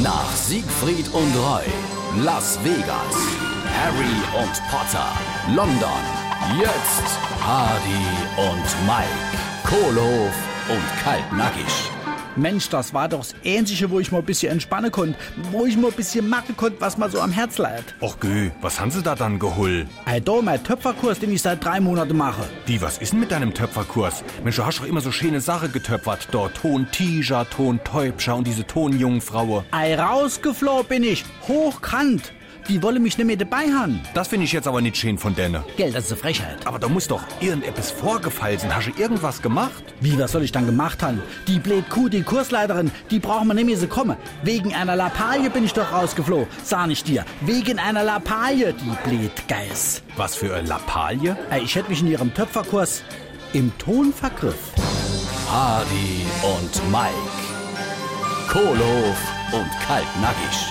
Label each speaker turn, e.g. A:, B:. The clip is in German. A: Nach Siegfried und Roy, Las Vegas, Harry und Potter, London, jetzt Hardy und Mike, Kohlhof und Kaltnackig.
B: Mensch, das war doch das Ähnliche, wo ich mal ein bisschen entspannen konnte, wo ich mal ein bisschen machen konnte, was mir so am Herz leidet.
C: Och gö, was haben sie da dann geholt?
B: Hey, da mein Töpferkurs, den ich seit drei Monaten mache.
C: Die, was ist denn mit deinem Töpferkurs? Mensch, du hast doch immer so schöne Sache getöpfert. Dort Ton Tiger, Ton Täubscher und diese Tonjungfraue.
B: Ei, rausgeflohen bin ich, hochkant. Die wollen mich nicht mehr dabei haben.
C: Das finde ich jetzt aber nicht schön von denen.
B: Gell, das ist eine Frechheit.
C: Aber da muss doch irgendetwas vorgefallen sein. Hast du irgendwas gemacht?
B: Wie, was soll ich dann gemacht haben? Die blöd Kuh, die Kursleiterin, die braucht man nicht mehr so kommen. Wegen einer Lappalie bin ich doch rausgeflohen, sah ich dir. Wegen einer Lappalie, die blöd Geiß.
C: Was für eine Lappalie?
B: Ey, Ich hätte mich in ihrem Töpferkurs im Ton vergriffen.
A: Hardy und Mike, Kohlhof und Kaltnackig.